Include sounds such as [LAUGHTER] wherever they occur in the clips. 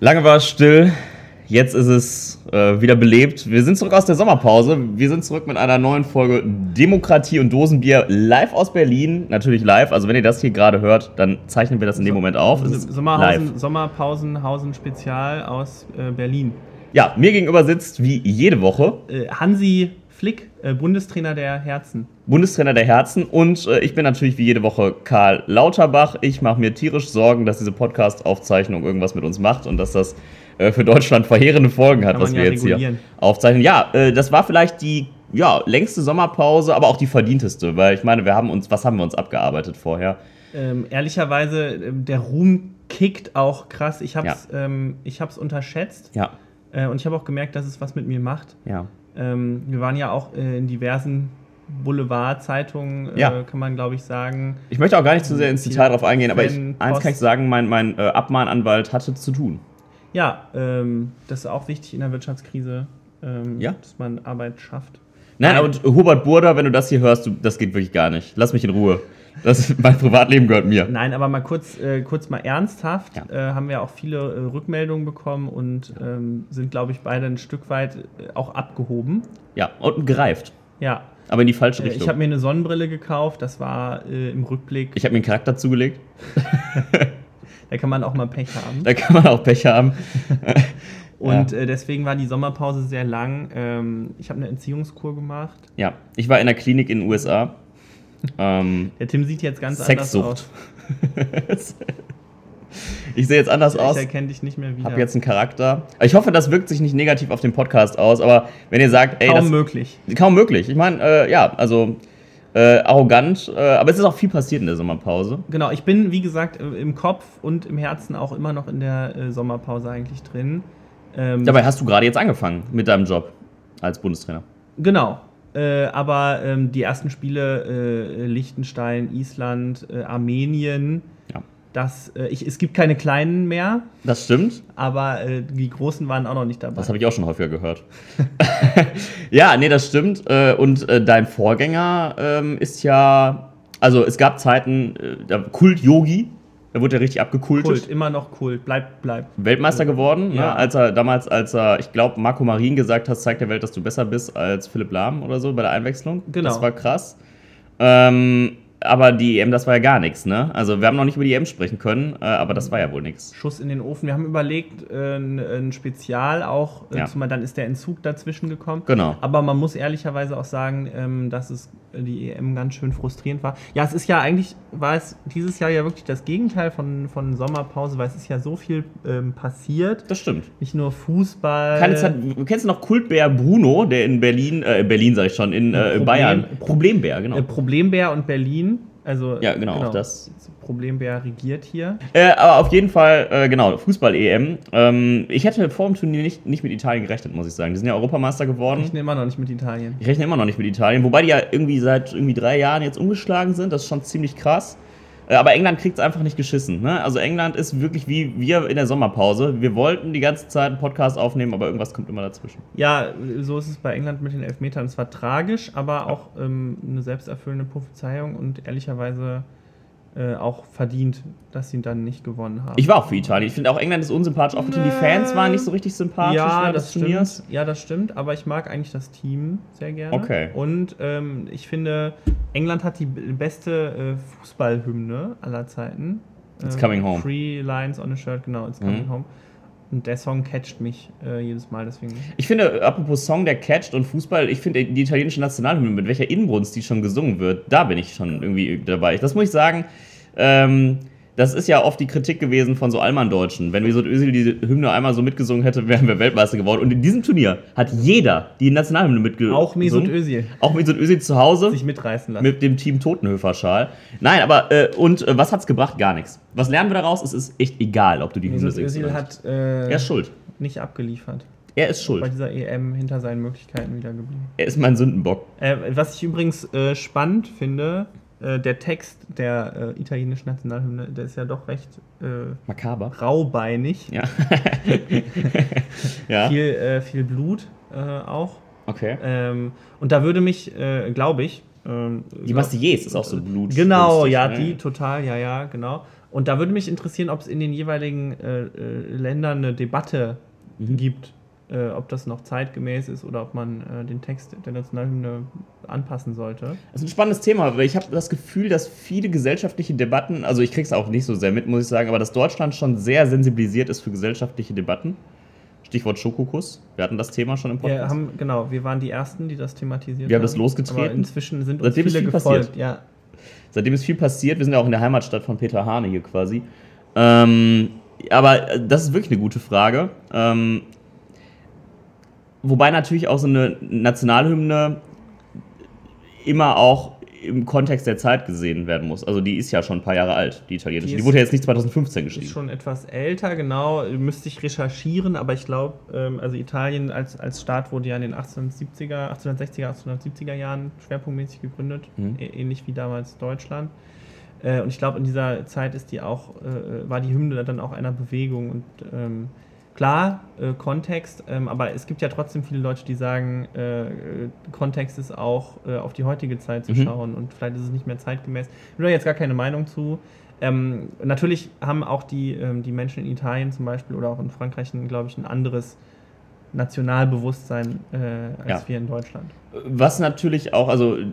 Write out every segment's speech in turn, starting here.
Lange war es still, jetzt ist es äh, wieder belebt. Wir sind zurück aus der Sommerpause. Wir sind zurück mit einer neuen Folge Demokratie und Dosenbier live aus Berlin. Natürlich live. Also wenn ihr das hier gerade hört, dann zeichnen wir das in dem Moment auf. Es ist live. Sommerhausen, Sommerpausenhausen Spezial aus äh, Berlin. Ja, mir gegenüber sitzt wie jede Woche Äh, Hansi Flick, äh, Bundestrainer der Herzen. Bundestrainer der Herzen und äh, ich bin natürlich wie jede Woche Karl Lauterbach. Ich mache mir tierisch Sorgen, dass diese Podcast-Aufzeichnung irgendwas mit uns macht und dass das äh, für Deutschland verheerende Folgen hat, Kann man was wir ja jetzt regulieren. hier aufzeichnen. Ja, äh, das war vielleicht die ja, längste Sommerpause, aber auch die verdienteste, weil ich meine, wir haben uns, was haben wir uns abgearbeitet vorher? Ähm, ehrlicherweise, ähm, der Ruhm kickt auch krass. Ich hab's, ähm, ich hab's unterschätzt Ja, äh, und ich habe auch gemerkt, dass es was mit mir macht. ja. Ähm, wir waren ja auch äh, in diversen Boulevardzeitungen, äh, Ja. kann man glaube ich sagen. Ich möchte auch gar nicht zu sehr ins Detail drauf eingehen, aber ich, Fan, eins kann ich Post. sagen, mein, mein äh, Abmahnanwalt hatte zu tun. Ja, ähm, das ist auch wichtig in der Wirtschaftskrise, ähm, Ja. dass man Arbeit schafft. Nein, Nein. und Hubert Burda, wenn du das hier hörst, du, das geht wirklich gar nicht. Lass mich in Ruhe. Das, [LAUGHS] mein Privatleben gehört mir. Nein, aber mal kurz, äh, kurz mal ernsthaft, Ja. äh, haben wir auch viele äh, Rückmeldungen bekommen und ähm, sind, glaube ich, beide ein Stück weit äh, auch abgehoben. Ja, und gereift. Ja, Aber in die falsche äh, Richtung. ich habe mir eine Sonnenbrille gekauft, das war äh, im Rückblick, mir einen Charakter zugelegt. da kann man auch mal Pech haben. Da kann man auch Pech haben. Und äh, deswegen war die Sommerpause sehr lang. Ähm, ich habe eine Entziehungskur gemacht. Ja, ich war in der Klinik in den USA. Ähm, Der Tim sieht jetzt ganz Sexsucht. anders [LAUGHS] ich sehe jetzt anders aus. aus. Ich erkenne dich nicht mehr wieder. Hab jetzt einen Charakter. Ich hoffe, das wirkt sich nicht negativ auf den Podcast aus, aber wenn ihr sagt, ey, Kaum das, möglich. kaum möglich. Ich meine, äh, ja, also äh, arrogant, äh, aber es ist auch viel passiert in der Sommerpause. Genau, ich bin, wie gesagt, äh, im Kopf und im Herzen auch immer noch in der äh, Sommerpause eigentlich drin. Ähm, Dabei hast du gerade jetzt angefangen mit deinem Job als Bundestrainer. Genau. Äh, aber ähm, die ersten Spiele, äh, Liechtenstein, Island, äh, Armenien, Ja. das, äh, ich, es gibt keine kleinen mehr, Das stimmt. aber äh, die großen waren auch noch nicht dabei. Das habe ich auch schon häufiger gehört. [LAUGHS] ja, nee, das stimmt. Äh, Und äh, dein Vorgänger ähm, ist ja. Also, es gab Zeiten, äh, da- Kult-Yogi, da wurde er richtig abgekultet. Kult, immer noch Kult, bleibt, bleibt. Weltmeister geworden, ne? Ja. als er damals, als er, ich glaube, Marco Marin gesagt hat, zeigt der Welt, dass du besser bist als Philipp Lahm oder so bei der Einwechslung. Genau. Das war krass. Ähm, aber die EM, das war ja gar nichts, ne? Also wir haben noch nicht über die EM sprechen können, äh, aber das war ja wohl nichts. Schuss in den Ofen. Wir haben überlegt, äh, ein, ein Spezial auch, äh, Ja. zumal dann ist der Entzug dazwischen gekommen. Genau. Aber man muss ehrlicherweise auch sagen, ähm, dass es äh, die EM ganz schön frustrierend war. Ja, es ist ja eigentlich, war es dieses Jahr ja wirklich das Gegenteil von, von Sommerpause, weil es ist ja so viel ähm, passiert. Das stimmt. Nicht nur Fußball. Keine Zeit, kennst du noch Kultbär Bruno, der in Berlin, äh, in Berlin sag ich schon, in, äh, in Problem- Bayern, Problembär, genau. äh, Problembär und Berlin. Also, Ja, genau, auch das. Problembär regiert hier. Äh, aber auf jeden Fall, äh, genau, Fußball-EM. Ähm, ich hätte vor dem Turnier nicht, nicht mit Italien gerechnet, muss ich sagen. Die sind ja Europameister geworden. Ich nehme immer noch nicht mit Italien. Ich rechne immer noch nicht mit Italien, wobei die ja irgendwie seit irgendwie drei Jahren jetzt umgeschlagen sind. Das ist schon ziemlich krass. Äh, Aber England kriegt es einfach nicht geschissen. Ne? Also England ist wirklich wie wir in der Sommerpause. Wir wollten die ganze Zeit einen Podcast aufnehmen, aber irgendwas kommt immer dazwischen. Ja, so ist es bei England mit den Elfmetern. Es war tragisch, aber auch ähm, eine selbsterfüllende Prophezeiung und ehrlicherweise äh, auch verdient, dass sie dann nicht gewonnen haben. Ich war auch für Italien. Ich finde auch England ist unsympathisch. Auch die Fans waren nicht so richtig sympathisch ja, während das des Turniers. stimmt. Ja, das stimmt. Aber ich mag eigentlich das Team sehr gerne. Okay. Und ähm, ich finde, England hat die b- beste äh, Fußballhymne aller Zeiten. It's Ähm, coming home. Three lines on a shirt, genau. It's coming Mhm. home. Und der Song catcht mich äh, jedes Mal, deswegen. Ich finde, apropos Song, der catcht und Fußball, ich finde die italienische Nationalhymne, mit welcher Inbrunst die schon gesungen wird, da bin ich schon irgendwie dabei. Das muss ich sagen, ähm, das ist ja oft die Kritik gewesen von so Allmann-Deutschen. Wenn Mesut Özil die Hymne einmal so mitgesungen hätte, wären wir Weltmeister geworden. Und in diesem Turnier hat jeder die Nationalhymne mitgesungen. Auch Mesut Özil Auch Mesut Özil zu Hause sich mitreißen lassen. mit dem Team Totenhöfer-Schal. Nein, aber, äh, und äh, was hat's gebracht? Gar nichts. Was lernen wir daraus? Es ist echt egal, ob du die Hymne Mesut singst. Özil oder nicht. hat äh, Er ist schuld. nicht abgeliefert. Er ist Bei schuld. dieser EM hinter seinen Möglichkeiten wieder geblieben. Er ist mein Sündenbock. Äh, was ich übrigens äh, spannend finde, äh, der Text der äh, italienischen Nationalhymne, der ist ja doch recht äh, Makaber. raubeinig. Ja. [LAUGHS] ja. Viel, äh, viel Blut äh, auch. Okay. Ähm, und da würde mich, äh, glaube ich, ähm, Die Mastiers ist auch so blut. Genau, günstig, ja, ne? die total, ja, ja, genau. Und da würde mich interessieren, ob es in den jeweiligen äh, äh, Ländern eine Debatte Mhm. gibt, äh, ob das noch zeitgemäß ist oder ob man äh, den Text der Nationalhymne anpassen sollte. Das ist ein spannendes Thema, weil ich habe das Gefühl, dass viele gesellschaftliche Debatten, also ich krieg's auch nicht so sehr mit, muss ich sagen, aber dass Deutschland schon sehr sensibilisiert ist für gesellschaftliche Debatten. Stichwort Schokokuss. Wir hatten das Thema schon im Wir Podcast. haben, genau, wir waren die Ersten, die das thematisiert Wir haben das losgetreten. Aber inzwischen sind uns Seitdem ist viele viel gefolgt. passiert. Ja. Seitdem ist viel passiert. Wir sind ja auch in der Heimatstadt von Peter Hane hier quasi. Ähm, aber äh, das ist wirklich eine gute Frage. Ähm, wobei natürlich auch so eine Nationalhymne immer auch im Kontext der Zeit gesehen werden muss. Also die ist ja schon ein paar Jahre alt, die italienische. Die Die, ist- wurde ja jetzt nicht 2015 geschrieben. Ist schon etwas älter, genau. Müsste ich recherchieren, aber ich glaube, ähm, also Italien als, als Staat wurde ja in den 1870er, 1860er, 1870er Jahren schwerpunktmäßig gegründet, Mhm. Ä- ähnlich wie damals Deutschland. Äh, und ich glaube, in dieser Zeit ist die auch, äh, war die Hymne dann auch einer Bewegung und ähm, Klar, äh, Kontext, ähm, aber es gibt ja trotzdem viele Leute, die sagen, äh, äh, Kontext ist auch äh, auf die heutige Zeit zu Mhm. schauen und vielleicht ist es nicht mehr zeitgemäß. Ich will da jetzt gar keine Meinung zu. Ähm, natürlich haben auch die, ähm, die Menschen in Italien zum Beispiel oder auch in Frankreich, glaube ich, ein anderes Nationalbewusstsein äh, Ja. als wir in Deutschland. Was natürlich auch, also äh,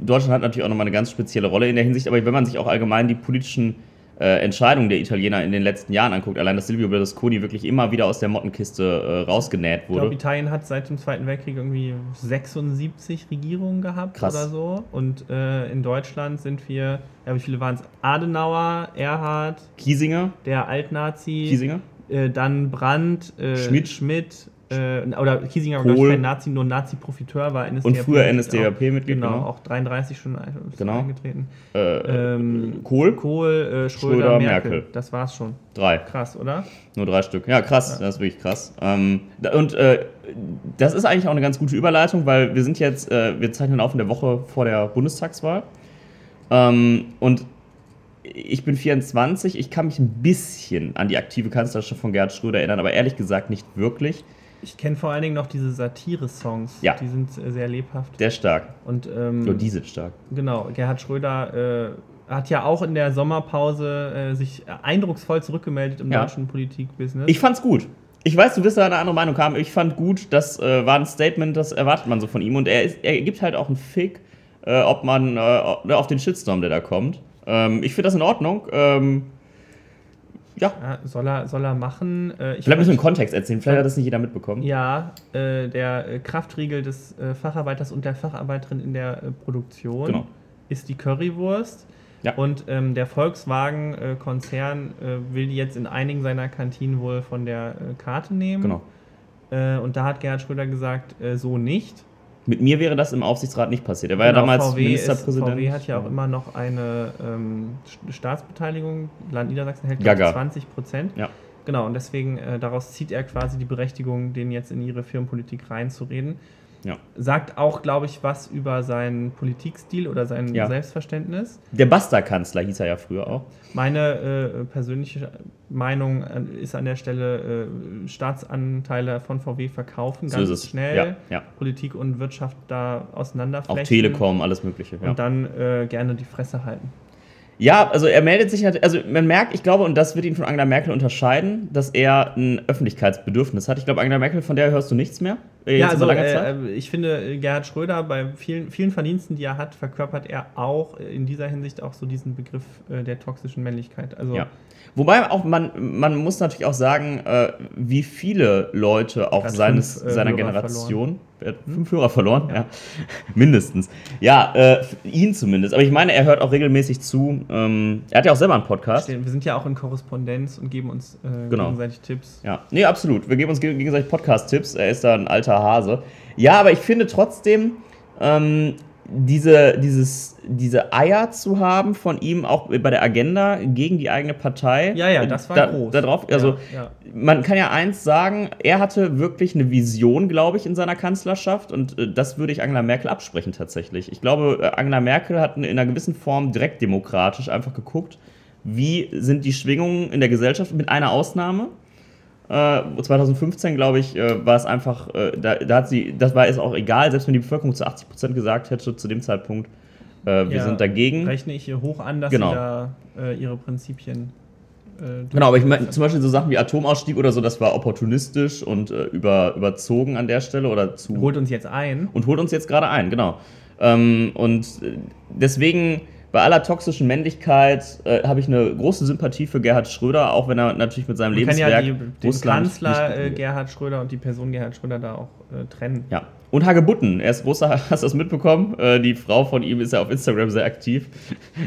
Deutschland hat natürlich auch nochmal eine ganz spezielle Rolle in der Hinsicht, aber wenn man sich auch allgemein die politischen äh, Entscheidungen der Italiener in den letzten Jahren anguckt, allein dass Silvio Berlusconi wirklich immer wieder aus der Mottenkiste äh, rausgenäht Ich glaube, wurde. Italien hat seit dem Zweiten Weltkrieg irgendwie 76 Regierungen gehabt Krass. oder so. Und äh, in Deutschland sind wir, ja, wie viele waren es? Adenauer, Erhard, Kiesinger, der Altnazi, Kiesinger, äh, dann Brandt, äh, Schmidt. Schmidt äh, oder Kiesinger war, Kohl. glaube ich, kein Nazi, nur Nazi-Profiteur war NSDAP. Und früher auch. NSDAP-Mitglied, Genau, genau. auch 33 schon ein- ist Genau. eingetreten. äh, Ähm, Kohl, Kohl, äh, Schröder, Schröder, Merkel. Merkel. Das war's schon. drei. Krass, oder? Nur drei Stück. Ja, krass, Ja. das ist wirklich krass. Ähm, da- und äh, das ist eigentlich auch eine ganz gute Überleitung, weil wir sind jetzt, äh, wir zeichnen auf in der Woche vor der Bundestagswahl. Ähm, und ich bin 24, ich kann mich ein bisschen an die aktive Kanzlerschaft von Gerhard Schröder erinnern, aber ehrlich gesagt nicht wirklich. Ich kenne vor allen Dingen noch diese Satire-Songs. Ja. Die sind äh, sehr lebhaft. Der ist stark. Und ähm, Oder diese ist stark. Genau, Gerhard Schröder äh, hat ja auch in der Sommerpause äh, sich eindrucksvoll zurückgemeldet im Ja. deutschen Politikbusiness. Ich fand's gut. Ich weiß, du wirst da eine andere Meinung haben. Ich fand gut, das äh, war ein Statement, das erwartet man so von ihm. Und er, ist, er gibt halt auch einen Fick, äh, ob man äh, auf den Shitstorm, der da kommt. Ähm, ich finde das in Ordnung. Ähm, ja, ja, soll, er, soll er machen? Äh, ich vielleicht müssen wir fand- einen Kontext erzählen. Vielleicht hat das nicht jeder mitbekommen. ja, äh, der äh, Kraftriegel des äh, Facharbeiters und der Facharbeiterin in der äh, Produktion Genau. ist die Currywurst. Ja. Und ähm, der Volkswagen-Konzern äh, will die jetzt in einigen seiner Kantinen wohl von der äh, Karte nehmen. Genau. Äh, und da hat Gerhard Schröder gesagt, äh, so nicht. Mit mir wäre das im Aufsichtsrat nicht passiert. Er war ja Genau, damals VW ist- Ministerpräsident. VW hat ja auch immer noch eine ähm, St- Staatsbeteiligung. Land Niedersachsen hält Gaga. glaube ich, 20 Prozent. Ja. Genau, und deswegen äh, daraus zieht er quasi die Berechtigung, den jetzt in ihre Firmenpolitik reinzureden. Ja. Sagt auch, glaube ich, was über seinen Politikstil oder sein Ja. Selbstverständnis. Der Basta-Kanzler hieß er ja früher auch. Meine äh, persönliche Meinung an- ist an der Stelle, äh, Staatsanteile von VW verkaufen, ganz schnell. Ja, ja. Politik und Wirtschaft da Auch auseinanderflechten. Telekom, alles Mögliche. Ja. Und dann äh, gerne die Fresse halten. Ja, also er meldet sich, halt- also man merkt, ich glaube, und das wird ihn von Angela Merkel unterscheiden, dass er ein Öffentlichkeitsbedürfnis hat. Ich glaube, Angela Merkel, von der hörst du nichts mehr. äh, Jetzt ja, also über lange Zeit. äh, ich finde, äh, Gerhard Schröder bei vielen, vielen Verdiensten, die er hat, verkörpert er auch äh, in dieser Hinsicht auch so diesen Begriff äh, der toxischen Männlichkeit. Also ja. Wobei auch man, man muss natürlich auch sagen, äh, wie viele Leute auch Hat seines, fünf, äh, seiner Hörer Hm? Generation. Er hat fünf Hörer verloren, ja. [LAUGHS] Mindestens. Ja, äh, für ihn zumindest. Aber ich meine, er hört auch regelmäßig zu. Ähm, er hat ja auch selber einen Podcast. stehen- wir sind ja auch in Korrespondenz und geben uns äh, Genau. gegenseitig Tipps. Ja, nee, absolut. Wir geben uns geg- gegenseitig Podcast-Tipps. Er ist da ein alter Hase. Ja, aber ich finde trotzdem, ähm, diese, dieses, diese Eier zu haben von ihm, auch bei der Agenda gegen die eigene Partei. Ja, ja, das war Äh, da, groß. Da drauf, also, ja, ja. man kann ja eins sagen, er hatte wirklich eine Vision, glaube ich, in seiner Kanzlerschaft und äh, das würde ich Angela Merkel absprechen tatsächlich. Ich glaube, äh, Angela Merkel hat in einer gewissen Form direkt demokratisch einfach geguckt, wie sind die Schwingungen in der Gesellschaft mit einer Ausnahme. Äh, 2015, glaube ich, äh, war es einfach, äh, da, da hat sie, das war es auch egal, selbst wenn die Bevölkerung zu 80 Prozent gesagt hätte, zu dem Zeitpunkt, Äh, wir Ja, sind dagegen. Rechne ich ihr hoch an, dass Genau. sie da äh, ihre Prinzipien. äh, Genau, aber ich durchgesetzt meine zum Beispiel so Sachen wie Atomausstieg oder so, das war opportunistisch und äh, über, überzogen an der Stelle oder zu hat. holt uns jetzt ein. und holt uns jetzt gerade ein, genau. Ähm, und äh, deswegen, bei aller toxischen Männlichkeit, äh, habe ich eine große Sympathie für Gerhard Schröder, auch wenn er natürlich mit seinem Man kann Lebenswerk ja die, den Russland Kanzler nicht- äh, Gerhard Schröder und die Person Gerhard Schröder da auch äh, trennen. Ja. Und Hagebutten, er ist großer, [LAUGHS] hast du das mitbekommen? Äh, die Frau von ihm ist ja auf Instagram sehr aktiv.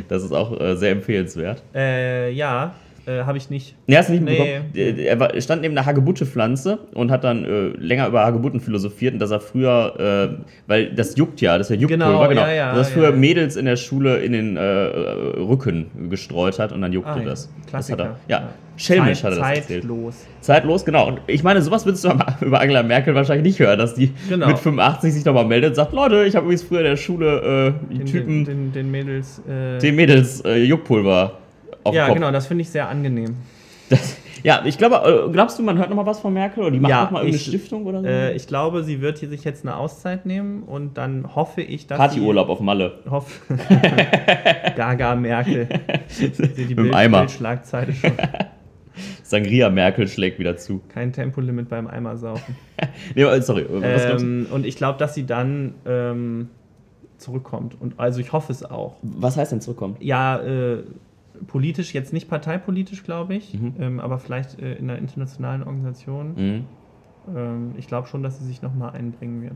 Das ist auch äh, sehr empfehlenswert. Äh, ja, äh, habe ich nicht. Nee, hast du nicht Nee. mitbekommen? Äh, Er war, stand neben einer Hagebutte-Pflanze und hat dann äh, länger über Hagebutten philosophiert und dass er früher, äh, weil das juckt ja, das ist ja Juckpulver, Genau, genau, ja, ja, dass ja, früher ja. Mädels in der Schule in den äh, äh, Rücken gestreut hat und dann juckte Ah, ja. das. Klassiker. Das hat er, ja, Ja. schelmisch hat er das erzählt. zeitlos. Zeitlos, genau. Und ich meine, sowas würdest du aber [LAUGHS] über Angela Merkel wahrscheinlich nicht hören, dass die Genau. mit 85 sich nochmal meldet und sagt, Leute, ich habe übrigens früher in der Schule äh, die Den, Typen, den, den, den Mädels. Äh, Mädels äh, Juckpulver auf ja, den Kopf genau, das finde ich sehr angenehm. das, ja, ich glaube, äh, glaubst du, man hört nochmal was von Merkel oder die macht Ja, nochmal irgendeine ich- Stiftung oder so? Äh, ich glaube, sie wird hier sich jetzt eine Auszeit nehmen und dann hoffe ich, dass. Partyurlaub auf Malle. [LAUGHS] Sie, hoff, Gaga Merkel. Seht die Mit dem Eimer. Bildschlagzeile schon. Sangria Merkel schlägt wieder zu. Kein Tempolimit beim Eimer saufen. Nee, äh, sorry, äh, was glaubst du? Ähm, und ich glaube, dass sie dann ähm, zurückkommt. Und also ich hoffe es auch. Was heißt denn zurückkommen? ja, äh, politisch, jetzt nicht parteipolitisch, glaube ich, Mhm. ähm, aber vielleicht äh, in einer internationalen Organisation. Mhm. Ähm, ich glaube schon, dass sie sich nochmal einbringen wird.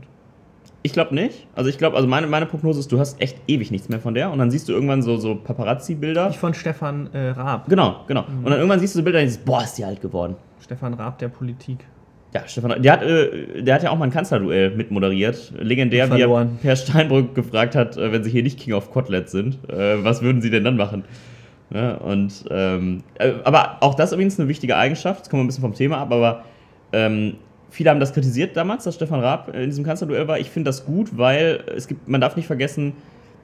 Ich glaube nicht. Also ich glaube, also meine, meine Prognose ist, du hast echt ewig nichts mehr von der und dann siehst du irgendwann so, so Paparazzi-Bilder. Ich Mhm. von Stefan äh, Raab. Genau, genau. Und dann irgendwann siehst du so Bilder und denkst, boah, ist die alt geworden. Stefan Raab der Politik. Ja, Stefan, der hat, äh, der hat ja auch mal ein Kanzlerduell mitmoderiert. Legendär, wie er Verloren. Per Steinbrück gefragt hat, äh, wenn sie hier nicht King of Kotelett sind, äh, was würden sie denn dann machen? Ne? Und, ähm, äh, aber auch das übrigens eine wichtige Eigenschaft, jetzt kommen wir ein bisschen vom Thema ab, aber ähm, viele haben das kritisiert damals, dass Stefan Raab in diesem Kanzlerduell war. Ich finde das gut, weil es gibt, man darf nicht vergessen,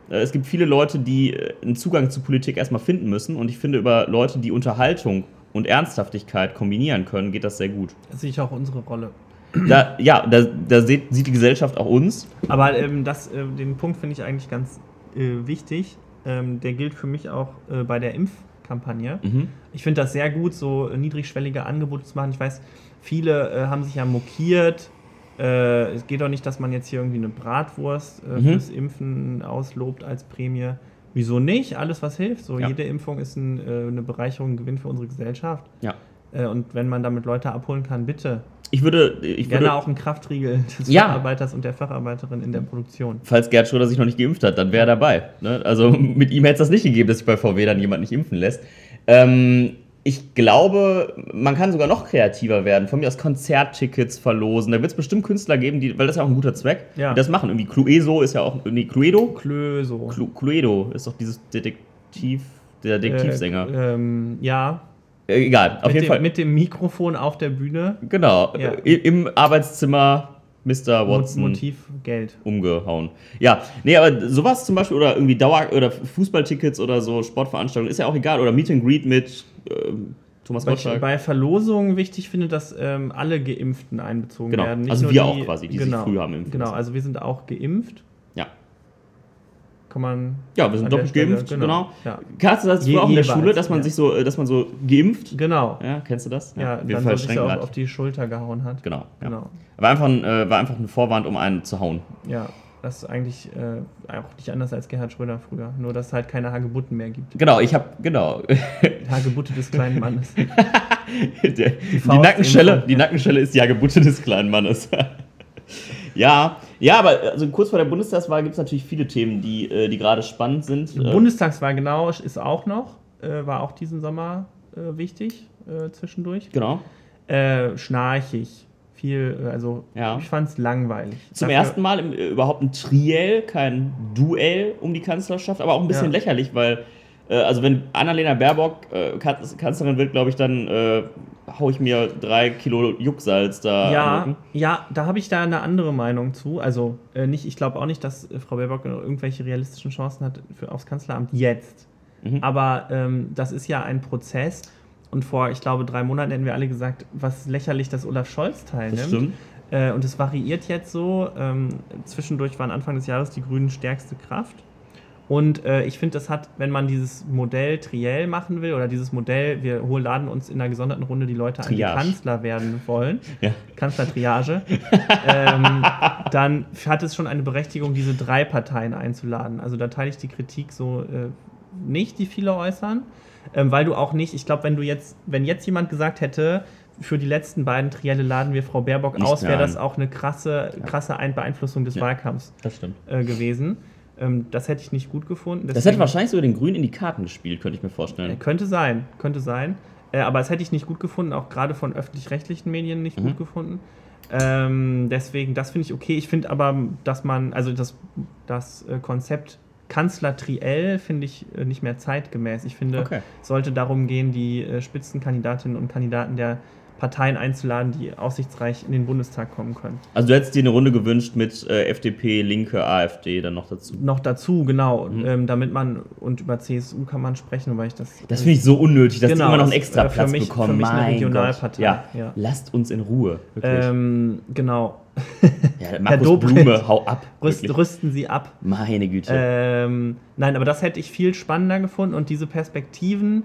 äh, es gibt viele Leute, die äh, einen Zugang zu Politik erstmal finden müssen und ich finde, über Leute, die Unterhaltung und Ernsthaftigkeit kombinieren können, geht das sehr gut. Das sehe ich auch unsere Rolle. Da, ja, da, da sieht, sieht die Gesellschaft auch uns. Aber ähm, das, äh, den Punkt finde ich eigentlich ganz äh, wichtig. Ähm, der gilt für mich auch äh, bei der Impfkampagne. Ich finde das sehr gut, so niedrigschwellige Angebote zu machen. Ich weiß, viele äh, haben sich ja mokiert. Äh, es geht doch nicht, dass man jetzt hier irgendwie eine Bratwurst äh, Mhm. fürs Impfen auslobt als Prämie. Wieso nicht? Alles, was hilft. So, Ja. jede Impfung ist ein, äh, eine Bereicherung, ein Gewinn für unsere Gesellschaft. Ja. Äh, und wenn man damit Leute abholen kann, bitte. Ich würde, ich Gerne würde auch einen Kraftriegel [LAUGHS] des Ja. Facharbeiters und der Facharbeiterin in der Produktion. falls Gerd Schröder sich noch nicht geimpft hat, dann wäre er dabei. Ne? Also [LAUGHS] mit ihm hätte es das nicht gegeben, dass sich bei VW dann jemand nicht impfen lässt. Ähm, ich glaube, man kann sogar noch kreativer werden. Von mir aus Konzerttickets verlosen. Da wird es bestimmt Künstler geben, die, weil das ist ja auch ein guter Zweck, Ja. die das machen. Irgendwie Clueso ist ja auch, nee, Cluedo? Klöso. Clu, Cluedo ist doch dieses Detektiv, der Detektivsänger. Äh, ähm, ja. Äh, Egal, auf mit jeden dem, Fall. Mit dem Mikrofon auf der Bühne. genau, Ja. Äh, im Arbeitszimmer Mr. Watson. Motiv Geld. umgehauen. Ja, nee, aber sowas zum Beispiel oder irgendwie Dauer- oder Fußballtickets oder so Sportveranstaltungen ist ja auch egal. Oder Meet and Greet mit ähm, Thomas Was ich Gottschalk. bei Verlosungen wichtig finde, dass ähm, alle Geimpften einbezogen Genau. werden. Also nur wir auch quasi, die sich genau, früh haben impfen Genau, lassen. also wir sind auch geimpft. Ja. Kann man. Ja, wir an sind doppelt der Stelle- geimpft, genau. Ja. Kannst du das Je- früher auch in der jeweils, Schule, dass man ja. sich so, äh, dass man so geimpft? Genau. Ja, kennst du das? Ja, wir dann so sich verschränken auch gerade. auf die Schulter gehauen hat. Genau. Ja. Genau. War, einfach ein, äh, war einfach ein Vorwand, um einen zu hauen. Ja. Das ist eigentlich äh, auch nicht anders als Gerhard Schröder früher. Nur, dass es halt keine Hagebutten mehr gibt. Genau, ich habe genau. Hagebutte des [LAUGHS] kleinen Mannes. Der, die, Faust Nackenschelle, eben. die Nackenschelle ist die Hagebutte des kleinen Mannes. [LAUGHS] ja, ja, aber also kurz vor der Bundestagswahl gibt es natürlich viele Themen, die, äh, die gerade spannend sind. Die Äh, Bundestagswahl, genau, ist auch noch. Äh, war auch diesen Sommer äh, wichtig äh, zwischendurch. genau. äh, schnarchig. Viel, äh, also Ja. ich fand es langweilig. Zum Dafür- ersten Mal im, äh, überhaupt ein Triell, kein Duell um die Kanzlerschaft, aber auch ein bisschen Ja. lächerlich, weil äh, also wenn Annalena Baerbock äh, Kanz- Kanzlerin wird, glaube ich, dann äh, hau ich mir drei Kilo Jucksalz da. am Ja, Rücken. ja, da habe ich da eine andere Meinung zu. Also äh, nicht, ich glaube auch nicht, dass äh, Frau Baerbock irgendwelche realistischen Chancen hat für, aufs Kanzleramt jetzt. Mhm. Aber ähm, das ist ja ein Prozess. Und vor, ich glaube, drei Monaten hätten wir alle gesagt, was lächerlich, dass Olaf Scholz teilnimmt. Das stimmt. Äh, und es variiert jetzt so. Ähm, zwischendurch waren Anfang des Jahres die Grünen stärkste Kraft. Und äh, ich finde, das hat, wenn man dieses Modell Triell machen will oder dieses Modell, wir hol- laden uns in einer gesonderten Runde die Leute an, die Triage. Kanzler werden wollen, Ja. Kanzlertriage, [LAUGHS] ähm, dann hat es schon eine Berechtigung, diese drei Parteien einzuladen. Also da teile ich die Kritik so äh, nicht, die viele äußern, ähm, weil du auch nicht, ich glaube, wenn du jetzt, wenn jetzt jemand gesagt hätte, für die letzten beiden Trielle laden wir Frau Baerbock Nicht aus, wäre laden. das auch eine krasse, krasse Ein- Beeinflussung des Ja. Wahlkampfs Das stimmt. äh, gewesen. Ähm, das hätte ich nicht gut gefunden. Das hätte Deswegen- wahrscheinlich sogar den Grünen in die Karten gespielt, könnte ich mir vorstellen. Könnte sein, könnte sein. Äh, aber das hätte ich nicht gut gefunden, auch gerade von öffentlich-rechtlichen Medien nicht Mhm. gut gefunden. Ähm, deswegen, das finde ich okay. Ich finde aber, dass man, also das, das äh, Konzept Kanzler Triell finde ich äh, nicht mehr zeitgemäß. Ich finde, Okay. es sollte darum gehen, die äh, Spitzenkandidatinnen und Kandidaten der Parteien einzuladen, die aussichtsreich in den Bundestag kommen können. Also du hättest dir eine Runde gewünscht mit äh, FDP, Linke, AfD dann noch dazu. Noch dazu, genau, Mhm. ähm, damit man, und über CSU kann man sprechen, weil ich das. Das finde ich so unnötig, dass Genau, die immer noch einen das, extra äh, für Platz mich- bekommen. für mich eine Mein Gott. Regionalpartei, Ja. ja. Lasst uns in Ruhe. Wirklich. ähm, genau. [LAUGHS] ja, Markus Dobrindt. Blume, hau ab. Rüst, wirklich. rüsten sie ab. Meine Güte. Ähm, nein, aber das hätte ich viel spannender gefunden und diese Perspektiven,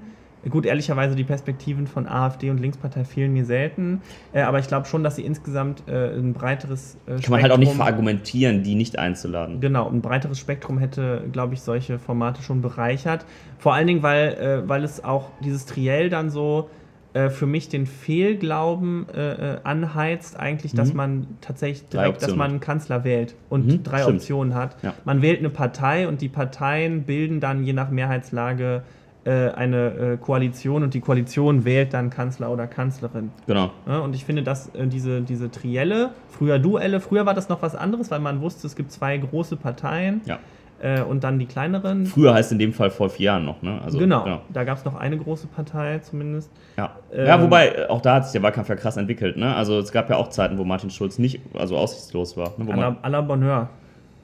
gut, ehrlicherweise die Perspektiven von AfD und Linkspartei fehlen mir selten, äh, aber ich glaube schon, dass sie insgesamt äh, ein breiteres äh, Kann man halt auch nicht verargumentieren, die nicht einzuladen. Genau, ein breiteres Spektrum hätte, glaube ich, solche Formate schon bereichert. Vor allen Dingen, weil, äh, weil es auch dieses Triell dann so äh, für mich den Fehlglauben äh, äh, anheizt, eigentlich, dass Mhm. man tatsächlich Drei direkt, dass Optionen. man einen Kanzler wählt und Mhm, drei stimmt. Optionen hat. Ja. Man wählt eine Partei und die Parteien bilden dann je nach Mehrheitslage äh, eine äh, Koalition und die Koalition wählt dann Kanzler oder Kanzlerin. Genau. Ja, und ich finde, dass äh, diese, diese Trielle, früher Duelle, früher war das noch was anderes, weil man wusste, es gibt zwei große Parteien Ja. äh, und dann die kleineren. Früher heißt in dem Fall vor vier Jahren noch, ne? Also, genau, da gab es noch eine große Partei zumindest. Ja. Ähm, ja, wobei, äh, auch da hat sich der Wahlkampf ja krass entwickelt, ne? Also es gab ja auch Zeiten, wo Martin Schulz nicht, also aussichtslos war. Ne? Wo À man, la, à la Bonheur.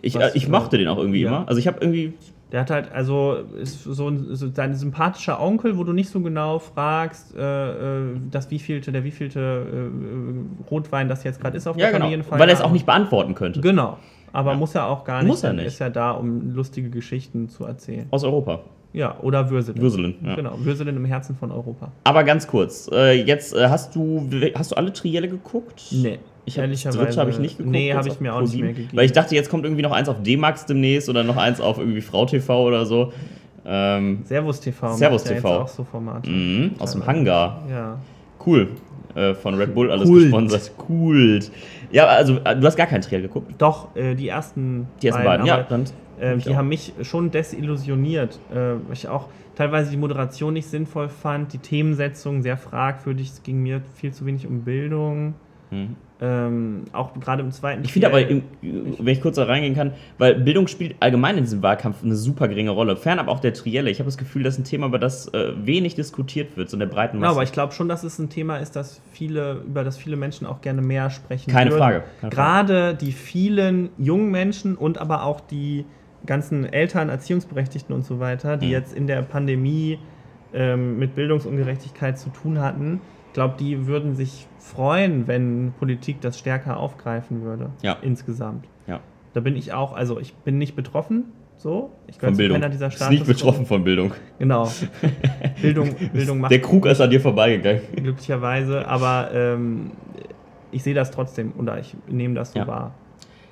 ich, äh, was- ich mochte den auch irgendwie Ja. immer. Also ich habe irgendwie, Der hat halt, also, ist so ein so dein sympathischer Onkel, wo du nicht so genau fragst, äh, äh, das wievielte, der wievielte äh, äh, Rotwein das jetzt gerade ist auf ja der genau, Familienfeier. weil er es auch nicht beantworten könnte. Genau, aber Ja. muss er auch gar nicht. Muss er denn nicht. Ist ja da, um lustige Geschichten zu erzählen. Aus Europa, Ja, oder Würselen. Würselen. Ja. Genau, Würselen im Herzen von Europa. Aber ganz kurz, äh, jetzt äh, hast du, hast du alle Trielle geguckt? Ich hab, das Ehrlicherweise- dritte habe ich nicht geguckt. Nee, jetzt habe ich auf mir auch nicht ProSieben, mehr gegeben. Weil ich dachte, jetzt kommt irgendwie noch eins auf D-Max demnächst oder noch eins auf irgendwie Frau TV oder so. Ähm, Servus TV. macht Servus ja jetzt TV. auch so Formate. mhm, aus dem Hangar. Ja. Cool. Äh, von Red Bull alles Kult. gesponsert. Cool. Ja, also äh, du hast gar keinen Trial geguckt. Doch, äh, die ersten Die ersten beiden. Ja, aber, dann, ähm, ich die auch. haben mich schon desillusioniert. Äh, weil ich auch teilweise die Moderation nicht sinnvoll fand, die Themensetzung sehr fragwürdig. Es ging mir viel zu wenig um Bildung. Mhm. Ähm, auch gerade im zweiten. Ich finde aber, Teil- im, wenn ich kurz da reingehen kann, weil Bildung spielt allgemein in diesem Wahlkampf eine super geringe Rolle. Fernab auch der Trielle. Ich habe das Gefühl, das ist ein Thema, über das äh, wenig diskutiert wird, so in der breiten Genau, Masse. aber ich glaube schon, dass es ein Thema ist, dass viele, über das viele Menschen auch gerne mehr sprechen Keine würden. Frage, keine Gerade die vielen jungen Menschen und aber auch die ganzen Eltern, Erziehungsberechtigten und so weiter, die Mhm. jetzt in der Pandemie ähm, mit Bildungsungerechtigkeit zu tun hatten, ich glaube, die würden sich freuen, wenn Politik das stärker aufgreifen würde. Ja. Insgesamt. Ja. Da bin ich auch, also ich bin nicht betroffen, so. Ich gehöre von zu Bildung. keiner dieser ist nicht Statusgruppen. betroffen von Bildung. [LAUGHS] Genau. Bildung, Bildung macht Der Krug ist an dir vorbeigegangen. glücklicherweise, aber ähm, ich sehe das trotzdem oder ich nehme das so Ja. wahr.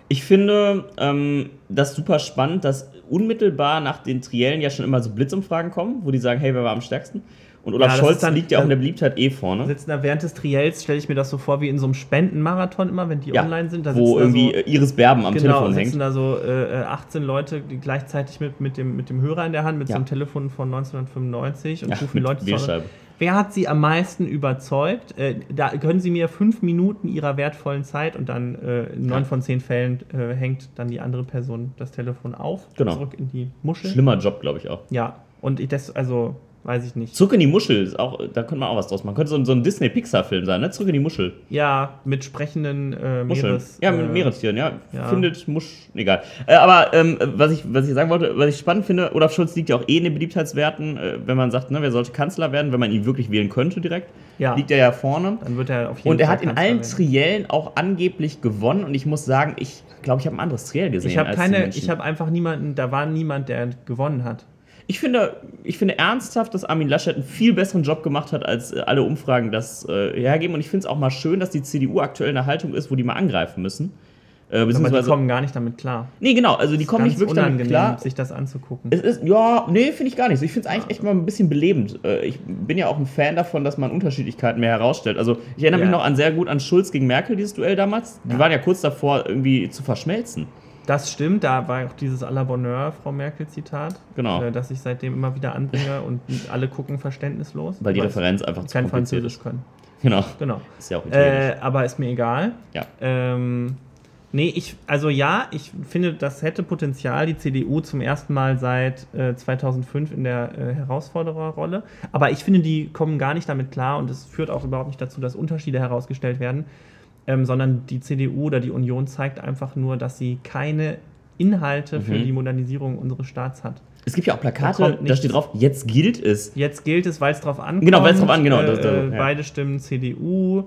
Ich finde ähm, das super spannend, dass unmittelbar nach den Triellen ja schon immer so Blitzumfragen kommen, wo die sagen, hey, wer war am stärksten? Und Olaf Ja, das Scholz ist dann- liegt ja auch in der dann- Beliebtheit eh vorne. Sitzen da während des Triels, stelle ich mir das so vor wie in so einem Spendenmarathon immer, wenn die online sind. Da wo sitzen irgendwie da so, äh, Iris Berben am genau, Telefon sitzen hängt. da so äh, äh, 18 Leute die gleichzeitig mit, mit, dem, mit dem Hörer in der Hand, mit Ja. so einem Telefon von 1995 und Ja, rufen die mit Leute Wählscheibe. zu. Wer hat sie am meisten überzeugt? Äh, da können sie mir fünf Minuten ihrer wertvollen Zeit und dann äh, in neun Ja. von zehn Fällen äh, hängt dann die andere Person das Telefon auf, Genau. zurück in die Muschel. Schlimmer Job, glaube ich auch. Ja, und ich das, also Weiß ich nicht. Zurück in die Muschel, ist auch, da könnte man auch was draus machen. Könnte so, ein- so ein Disney-Pixar-Film sein, ne? Zurück in die Muschel. Ja, mit sprechenden äh, Muscheln. Meeres. ja, mit äh, Meerestieren, ja. ja. Findet Musch. Egal. Äh, aber ähm, was, ich, was ich sagen wollte, was ich spannend finde, Olaf Schulz liegt ja auch eh in den Beliebtheitswerten, äh, wenn man sagt, ne, wer sollte Kanzler werden, wenn man ihn wirklich wählen könnte direkt, Ja, liegt er ja vorne. dann wird er auf jeden Und er Fall hat in Kanzler allen werden. Triellen auch angeblich gewonnen und ich muss sagen, ich glaube, ich habe ein anderes Triell gesehen. Ich habe als keine, die Menschen. ich habe einfach niemanden, da war niemand, der gewonnen hat. Ich finde, ich finde ernsthaft, dass Armin Laschet einen viel besseren Job gemacht hat, als äh, alle Umfragen das äh, hergeben. Und ich finde es auch mal schön, dass die CDU aktuell in der Haltung ist, wo die mal angreifen müssen. Äh, Aber die beziehungsweise, kommen gar nicht damit klar. nee, genau, also die kommen Ganz nicht wirklich damit klar. sich das anzugucken. Es ist, ja, nee, finde ich gar nicht. so. Ich finde es eigentlich echt mal ein bisschen belebend. Äh, Ich bin ja auch ein Fan davon, dass man Unterschiedlichkeiten mehr herausstellt. Also ich erinnere mich Ja. noch an sehr gut an Schulz gegen Merkel, dieses Duell damals. Die Ja. waren ja kurz davor, irgendwie zu verschmelzen. Das stimmt, da war auch dieses à la Bonheur, Frau Merkel-Zitat, Genau. äh, das ich seitdem immer wieder anbringe und alle gucken verständnislos. Weil die es Referenz einfach zu kein kompliziert Französisch ist. können. Genau. Genau. Ist ja auch italienisch. Äh, aber ist mir egal. Ja. Ähm, nee, ich, also ja, ich finde, das hätte Potenzial, die CDU zum ersten Mal seit äh, 2005 in der äh, Herausfordererrolle. Aber ich finde, die kommen gar nicht damit klar und es führt auch überhaupt nicht dazu, dass Unterschiede herausgestellt werden, ähm, sondern die CDU oder die Union zeigt einfach nur, dass sie keine Inhalte für Mhm. die Modernisierung unseres Staats hat. es gibt ja auch da Plakate, kommt da, nichts. steht drauf, jetzt gilt es. Jetzt gilt es, weil es drauf ankommt. Genau, weil's drauf an- genau, das- äh, das- ja. Beide Stimmen CDU.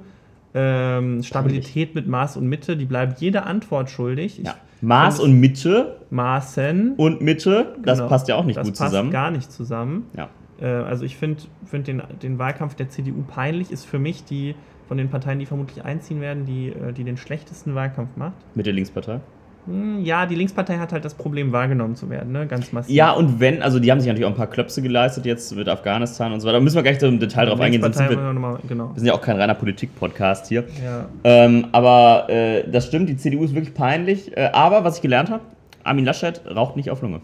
Ähm, Stabilität mit Maß und Mitte, die bleiben jede Antwort schuldig. Ich- Ja. Maß Und- und Mitte Maßen. und Mitte, das Genau. passt ja auch nicht das gut passt zusammen. gar nicht zusammen. Ja. Äh, also ich finde find den, den Wahlkampf der CDU peinlich, ist für mich die von den Parteien, die vermutlich einziehen werden, die, äh, die den schlechtesten Wahlkampf macht. Mit der Linkspartei. Hm, ja, die Linkspartei hat halt das Problem, wahrgenommen zu werden, ne? ganz massiv. Ja, und wenn, also die haben sich natürlich auch ein paar Klöpse geleistet jetzt mit Afghanistan und so weiter. Da müssen wir gleich so im Detail drauf eingehen, sonst sind wir, wir nochmal, genau. wir sind ja auch kein reiner Politik-Podcast hier. Ja. Ähm, aber äh, das stimmt, die CDU ist wirklich peinlich. Äh, aber was ich gelernt habe, Armin Laschet raucht nicht auf Lunge.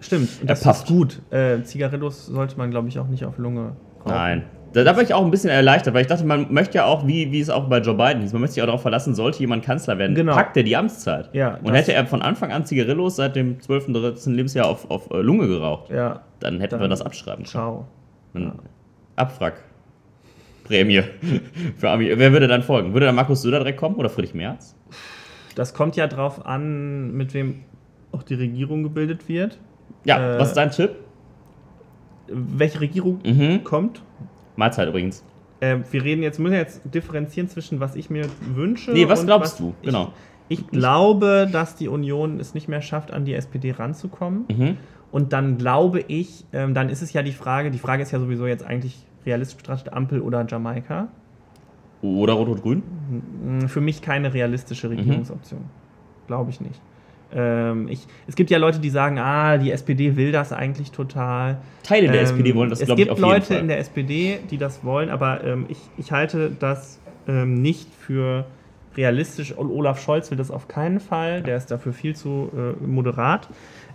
Stimmt, und das pafft. ist gut. Äh, Zigarillos sollte man, glaube ich, auch nicht auf Lunge rauchen. Nein. Da, da war ich auch ein bisschen erleichtert, weil ich dachte, man möchte ja auch, wie, wie es auch bei Joe Biden hieß, man möchte sich auch darauf verlassen, sollte jemand Kanzler werden, Genau. packt er die Amtszeit. Ja, Und das- hätte er von Anfang an Zigarillos seit dem 12. 13. Lebensjahr auf, auf äh, Lunge geraucht, Ja, dann hätten Dann- wir das abschreiben können. ciao. Dann Abwrack. Prämie [LAUGHS] für Armin. Wer würde dann folgen? Würde dann Markus Söder direkt kommen oder Friedrich Merz? Das kommt ja drauf an, mit wem auch die Regierung gebildet wird. Ja, Äh, was ist dein Tipp? Welche Regierung Mhm. kommt. Mahlzeit übrigens. Ähm, wir reden jetzt, müssen wir jetzt differenzieren zwischen, was ich mir wünsche. Nee, was und glaubst du? Ich, Genau. Ich glaube, dass die Union es nicht mehr schafft, an die SPD ranzukommen. Mhm. Und dann glaube ich, ähm, dann ist es ja die Frage, die Frage ist ja sowieso jetzt eigentlich realistisch betrachtet Ampel oder Jamaika. Oder Rot-Rot-Grün? Mm, Für mich keine realistische Mhm. Regierungsoption. Glaube ich nicht. Ähm, ich, es gibt ja Leute, die sagen, ah, die SPD will das eigentlich total. Teile der Ähm, SPD wollen das, Es glaube ich, gibt auf Leute in jeden Fall. der SPD, die das wollen, aber ähm, ich, ich halte das ähm, nicht für realistisch. Und Olaf Scholz will das auf keinen Fall. Der ist dafür viel zu äh, moderat.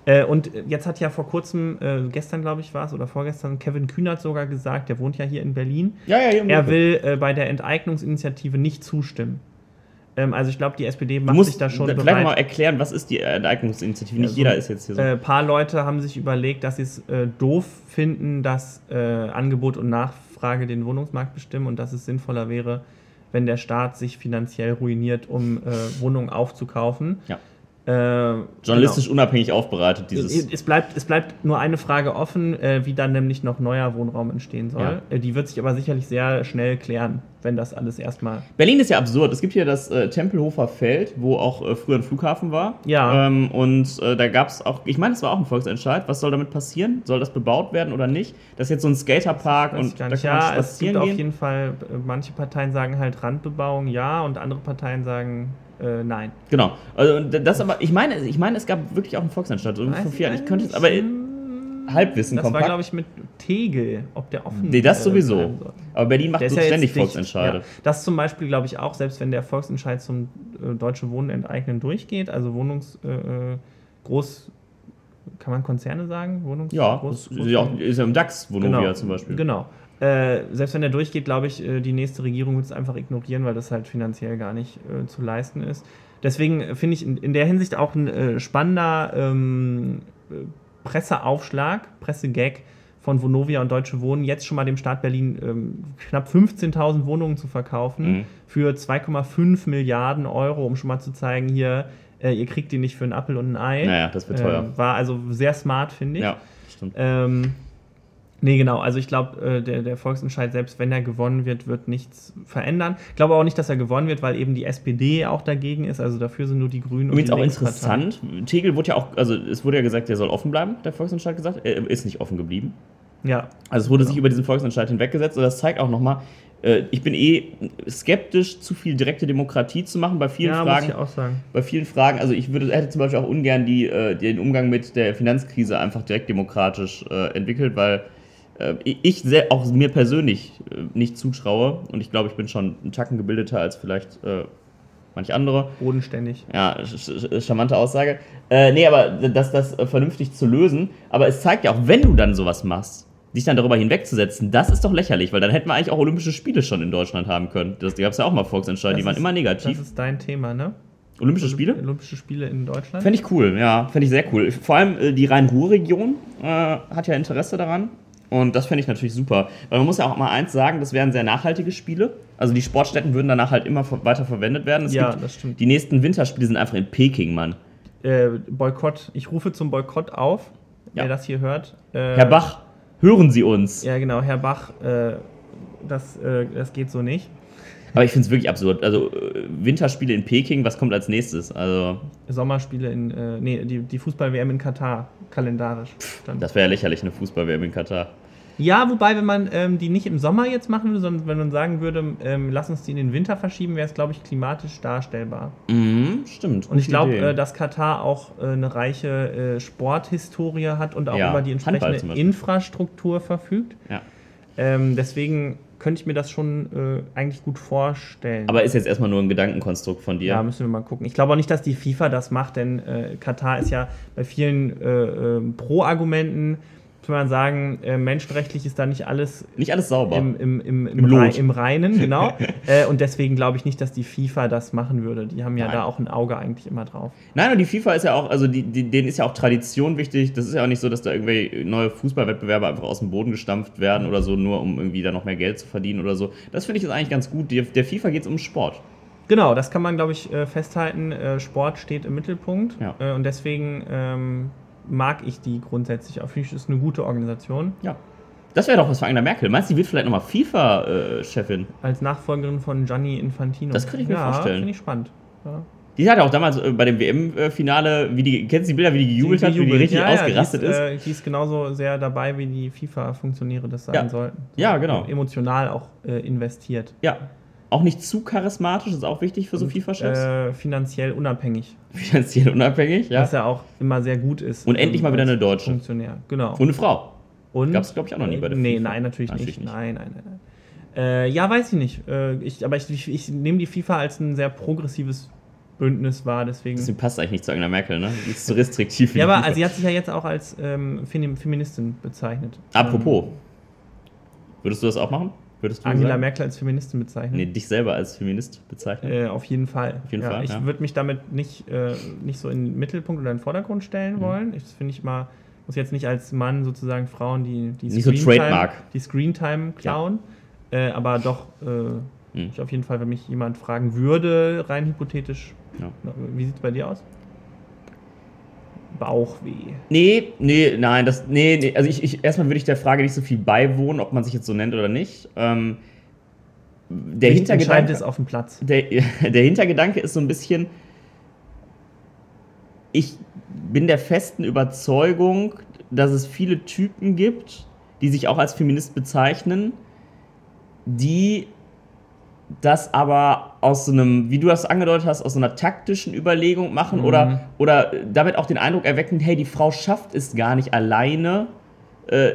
Äh, und jetzt hat ja vor kurzem, äh, gestern glaube ich war es oder vorgestern, Kevin Kühnert sogar gesagt, der wohnt ja hier in Berlin, ja, ja, ja. er will äh, bei der Enteignungsinitiative nicht zustimmen. Ähm, also ich glaube, die SPD Du macht musst sich da schon vielleicht bereit. mal erklären, was ist die Enteignungsinitiative? Ja, Nicht so- jeder ist jetzt hier so. Ein äh, paar Leute haben sich überlegt, dass sie es äh, doof finden, dass äh, Angebot und Nachfrage den Wohnungsmarkt bestimmen und dass es sinnvoller wäre, wenn der Staat sich finanziell ruiniert, um äh, Wohnungen aufzukaufen. Ja. Äh, Journalistisch unabhängig aufbereitet, dieses. es, es, bleibt, es bleibt nur eine Frage offen, äh, wie dann nämlich noch neuer Wohnraum entstehen soll. Ja. Äh, die wird sich aber sicherlich sehr schnell klären, wenn das alles erstmal Berlin ist ja absurd. Es gibt hier das äh, Tempelhofer Feld, wo auch äh, früher ein Flughafen war. Ja. Ähm, und äh, da gab es auch, ich meine, es war auch ein Volksentscheid. Was soll damit passieren? Soll das bebaut werden oder nicht? Das ist jetzt so ein Skaterpark Weiß ich und gar da nicht. kann man Ja, es gibt spazieren auf gehen. jeden Fall, äh, manche Parteien sagen halt Randbebauung ja und andere Parteien sagen äh, nein. Genau. Also und das aber, ich meine, ich meine, es gab wirklich auch einen Volksentscheid. So vor vier Jahren. Ich könnte es, aber Hm, Halbwissen Das war, kompakt. glaube ich, mit Tegel, ob der offen nee, das äh, sowieso. bleiben soll. Aber Berlin macht Der ist so ja ständig jetzt dicht. Volksentscheide. Ja. Das zum Beispiel, glaube ich, auch, selbst wenn der Volksentscheid zum äh, deutsche Wohnen enteignen durchgeht, also Wohnungs äh, äh, groß kann man Konzerne sagen? Wohnungs Ja, groß, das ist, ja auch, ist ja im DAX, Vonovia Genau, zum Beispiel. Genau. Äh, selbst wenn der durchgeht, glaube ich, äh, die nächste Regierung wird es einfach ignorieren, weil das halt finanziell gar nicht äh, zu leisten ist. Deswegen äh, finde ich in, in der Hinsicht auch ein äh, spannender ähm, äh, Presseaufschlag, Pressegag von Vonovia und Deutsche Wohnen jetzt schon mal dem Staat Berlin ähm, knapp 15.000 Wohnungen zu verkaufen Mhm. für 2,5 Milliarden Euro, um schon mal zu zeigen, hier, äh, ihr kriegt die nicht für einen Appel und ein Ei. Naja, das wird teuer. Ähm, war also sehr smart, finde ich. Ja, stimmt. Ähm, nee, genau. Also ich glaube, äh, der, der Volksentscheid, selbst wenn er gewonnen wird, wird nichts verändern. Ich glaube auch nicht, dass er gewonnen wird, weil eben die SPD auch dagegen ist. Also dafür sind nur die Grünen und Übrigens die auch Linkspartei. interessant, Tegel wurde ja auch, also es wurde ja gesagt, der soll offen bleiben, der Volksentscheid gesagt, er ist nicht offen geblieben. Ja, Also es wurde Genau. sich über diesen Volksentscheid hinweggesetzt und das zeigt auch nochmal, äh, ich bin eh skeptisch, zu viel direkte Demokratie zu machen bei vielen ja muss Fragen. ich auch sagen. Bei vielen Fragen, also ich würde, hätte zum Beispiel auch ungern die, äh, den Umgang mit der Finanzkrise einfach direkt demokratisch äh, entwickelt, weil äh, ich sehr, auch mir persönlich äh, nicht zutraue und ich glaube, ich bin schon einen Tacken gebildeter als vielleicht äh, manch andere. Bodenständig. Ja, sch- sch- sch- charmante Aussage. Äh, nee, aber das, das äh, vernünftig zu lösen. Aber es zeigt ja auch, wenn du dann sowas machst, dich dann darüber hinwegzusetzen, das ist doch lächerlich, weil dann hätten wir eigentlich auch Olympische Spiele schon in Deutschland haben können. Das, da gab es ja auch mal Volksentscheide, die Das waren ist- immer Das negativ. ist dein Thema, ne? Olympische Spiele? Olympische Spiele in Deutschland. Fände ich cool, ja. Fände ich sehr cool. Vor allem äh, die Rhein-Ruhr-Region äh, hat ja Interesse daran. Und das fände ich natürlich super. Weil man muss ja auch mal eins sagen, das wären sehr nachhaltige Spiele. Also die Sportstätten würden danach halt immer ver- weiter verwendet werden. Es ja, gibt, das stimmt. die nächsten Winterspiele sind einfach in Peking, Mann. Äh, Boykott. Ich rufe zum Boykott auf, Ja. wer das hier hört. Äh, Herr Bach, hören Sie uns. Ja, genau, Herr Bach. Äh, das, äh, das geht so nicht. Aber ich finde es wirklich absurd. Also äh, Winterspiele in Peking, was kommt als nächstes? Also Sommerspiele in, äh, nee, die, die Fußball-WM in Katar, kalendarisch. Dann. das wäre ja lächerlich, eine Fußball-WM in Katar. Ja, wobei, wenn man ähm, die nicht im Sommer jetzt machen würde, sondern wenn man sagen würde, ähm, lass uns die in den Winter verschieben, wäre es, glaube ich, klimatisch darstellbar. Mhm, stimmt. Und ich gute glaube, Idee. äh, dass Katar auch äh, eine reiche äh, Sporthistorie hat und auch Ja, über die Handball zum entsprechende Beispiel. Infrastruktur verfügt. Ja. Ähm, deswegen könnte ich mir das schon äh, eigentlich gut vorstellen. Aber ist jetzt erstmal nur ein Gedankenkonstrukt von dir. Ja, müssen wir mal gucken. Ich glaube auch nicht, dass die FIFA das macht, denn äh, Katar ist ja bei vielen äh, ähm, Pro-Argumenten, kann man sagen, äh, menschenrechtlich ist da nicht alles Nicht alles sauber. im, im, im, im, Im Rei- Lot. im Reinen, [LAUGHS] genau. äh, und deswegen glaube ich nicht, dass die FIFA das machen würde. Die haben ja Nein. da auch ein Auge eigentlich immer drauf. Nein, und die FIFA ist ja auch, also die, die, denen ist ja auch Tradition wichtig. Das ist ja auch nicht so, dass da irgendwelche neue Fußballwettbewerbe einfach aus dem Boden gestampft werden oder so, nur um irgendwie da noch mehr Geld zu verdienen oder so. Das finde ich jetzt eigentlich ganz gut. Der, der FIFA geht es um Sport. Genau, das kann man, glaube ich, äh, festhalten. Äh, Sport steht im Mittelpunkt. Ja. Äh, und deswegen ähm, mag ich die grundsätzlich. Auch finde ich, ist eine gute Organisation. Ja. Das wäre doch was für Angela Merkel. Meinst du, die wird vielleicht nochmal FIFA-Chefin? Als Nachfolgerin von Gianni Infantino. Das könnte ich mir ja, vorstellen. Finde ich spannend. Ja. Die hat ja auch damals äh, bei dem WM-Finale, wie die, kennst du die Bilder, wie die gejubelt hat, wie die Jubel. richtig Ja, ja, ausgerastet die ist, ist? Äh, die ist genauso sehr dabei, wie die FIFA-Funktionäre das sein Ja. sollten. Ja, genau. Emotional auch äh, investiert. Ja. Auch nicht zu charismatisch, ist auch wichtig für so Und, Also FIFA-Chefs. Äh, finanziell unabhängig. Finanziell unabhängig, ja. Was ja auch immer sehr gut ist. Und endlich mal wieder als eine Deutsche. Funktionär, genau. Und eine Frau. Und Äh, Gab's, glaub ich, auch noch nie bei der Nee, FIFA. nein, natürlich, Natürlich nicht. nicht. Nein, nein, nein. nein. Äh, ja, weiß ich nicht. Äh, ich, aber ich, ich, ich nehme die FIFA als ein sehr progressives Bündnis wahr, deswegen. Deswegen passt eigentlich nicht zu Angela Merkel, ne? Die ist zu restriktiv. für Ja, die aber FIFA. also, sie hat sich ja jetzt auch als ähm, Femi- Feministin bezeichnet. Ähm, Apropos. Würdest du das auch machen? Würdest du Angela sagen? Merkel als Feministin bezeichnet. Nee, dich selber als Feminist bezeichnen. Äh, auf jeden Fall. Auf jeden ja, Fall, ich ja. würde mich damit nicht, äh, nicht so in den Mittelpunkt oder in den Vordergrund stellen Mhm. wollen. Ich, das finde ich mal, muss jetzt nicht als Mann sozusagen Frauen, die die Nicht so Time, Trademark. die Screentime klauen. Äh, aber doch, äh, Mhm. ich auf jeden Fall, wenn mich jemand fragen würde, rein hypothetisch, Ja. na, wie sieht es bei dir aus? Bauchweh. Nee, nee, nein, das, nee, nee. Also ich, ich erstmal würde ich der Frage nicht so viel beiwohnen, ob man sich jetzt so nennt oder nicht. Ähm, der Entscheidend Hintergedanke ist auf dem Platz. der, der [LAUGHS] Hintergedanke ist so ein bisschen, ich bin der festen Überzeugung, dass es viele Typen gibt, die sich auch als Feminist bezeichnen, die das aber aus so einem, wie du das angedeutet hast, aus so einer taktischen Überlegung machen Mhm. oder, oder damit auch den Eindruck erwecken, hey, die Frau schafft es gar nicht alleine. Äh,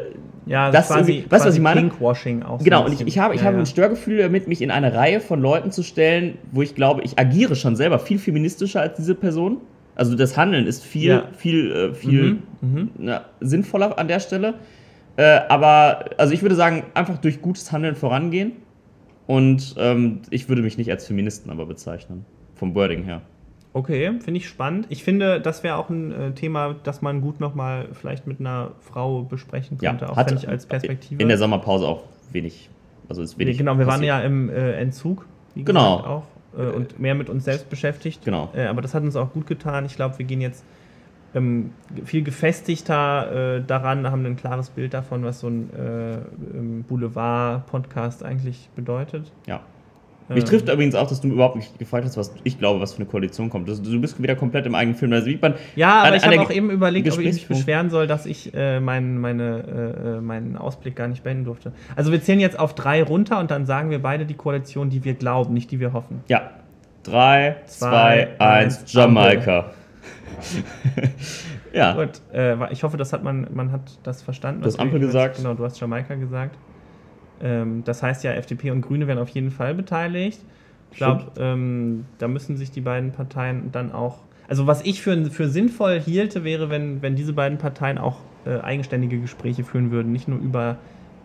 Ja, das irgendwie- weißt du, was ich meine? Pinkwashing auch. so Genau, ein und ich, bisschen. ich habe, ich Ja, habe ja. ein Störgefühl damit, mich in eine Reihe von Leuten zu stellen, wo ich glaube, ich agiere schon selber viel feministischer als diese Person. Also das Handeln ist viel, Ja. viel, äh, viel Mhm, mhm. na, sinnvoller an der Stelle. Äh, aber, also ich würde sagen, einfach durch gutes Handeln vorangehen. Und ähm, ich würde mich nicht als Feministen aber bezeichnen. Vom Wording her. Okay, finde ich spannend. Ich finde, das wäre auch ein äh, Thema, das man gut nochmal vielleicht mit einer Frau besprechen Ja, könnte, auch hat- wenn ich als Perspektive. In der Sommerpause auch wenig. Also ist Nee, wenig. genau, wir waren passiert. ja im äh, Entzug, wie Genau. gesagt, auch äh, und mehr mit uns selbst beschäftigt. Genau. Äh, aber das hat uns auch gut getan. Ich glaube, wir gehen jetzt ähm, viel gefestigter äh, daran, haben ein klares Bild davon, was so ein äh, ähm, Boulevard-Podcast eigentlich bedeutet. Ja. Mich Ähm, trifft übrigens auch, dass du überhaupt nicht gefragt hast, was ich glaube, was für eine Koalition kommt. Das, du bist wieder komplett im eigenen Film. Da sieht man, Ja, aber An- ich an habe der auch eben überlegt, ob ich mich Gesprächspunkt. beschweren soll, dass ich äh, meinen, meine, äh, meinen Ausblick gar nicht beenden durfte. Also wir zählen jetzt auf drei runter und dann sagen wir beide die Koalition, die wir glauben, nicht die wir hoffen. ja. 3, Zwei, 2, 1, eins, Jamaika. [LAUGHS] ja, Gut, äh, wa- ich hoffe, das hat man, man hat das verstanden. Du hast was wir Ampel jetzt- gesagt. Genau, du hast Jamaika gesagt. Ähm, das heißt ja, FDP und Grüne werden auf jeden Fall beteiligt. Ich glaube, ähm, da müssen sich die beiden Parteien dann auch. Also was ich für, für sinnvoll hielte, wäre, wenn, wenn diese beiden Parteien auch äh, eigenständige Gespräche führen würden, nicht nur über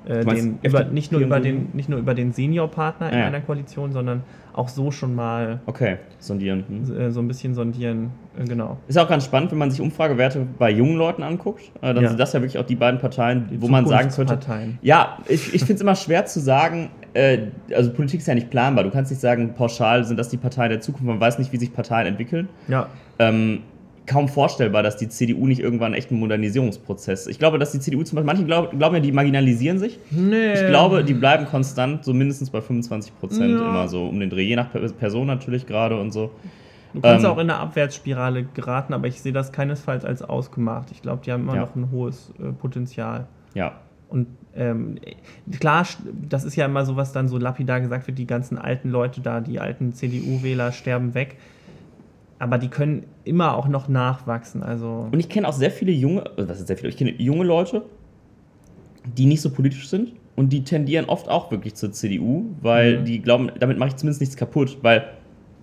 äh, Du meinst den, über, FDP nicht nur über und den, nicht nur über den Seniorpartner in Ja. einer Koalition, sondern auch so schon mal okay. Sondieren. Hm. äh, so ein bisschen sondieren. Äh, genau. Ist auch ganz spannend, wenn man sich Umfragewerte bei jungen Leuten anguckt. Äh, dann Ja. sind das ja wirklich auch die beiden Parteien, wo man sagen könnte. Zukunftsparteien. Ja, ich, ich finde es immer schwer zu sagen, äh, also Politik ist ja nicht planbar. Du kannst nicht sagen, pauschal sind das die Parteien der Zukunft. Man weiß nicht, wie sich Parteien entwickeln. Ja. Ähm, kaum vorstellbar, dass die CDU nicht irgendwann echt einen Modernisierungsprozess. Ich glaube, dass die CDU zum Beispiel, manche glaub, glauben ja, die marginalisieren sich. Nee. Ich glaube, die bleiben konstant, so mindestens bei 25 Prozent Ja. immer so um den Dreh, je nach Per- Person natürlich gerade und so. Du kannst Ähm, auch in eine Abwärtsspirale geraten, aber ich sehe das keinesfalls als ausgemacht. Ich glaube, die haben immer Ja. noch ein hohes äh, Potenzial. Ja, Und ähm, klar, sch- das ist ja immer so, was dann so lapidar gesagt wird, die ganzen alten Leute da, die alten CDU-Wähler sterben weg. Aber die können immer auch noch nachwachsen. Also Und ich kenne auch sehr viele junge, also was ist sehr viele, ich kenne junge Leute, die nicht so politisch sind und die tendieren oft auch wirklich zur CDU, weil Mhm. die glauben, damit mache ich zumindest nichts kaputt, weil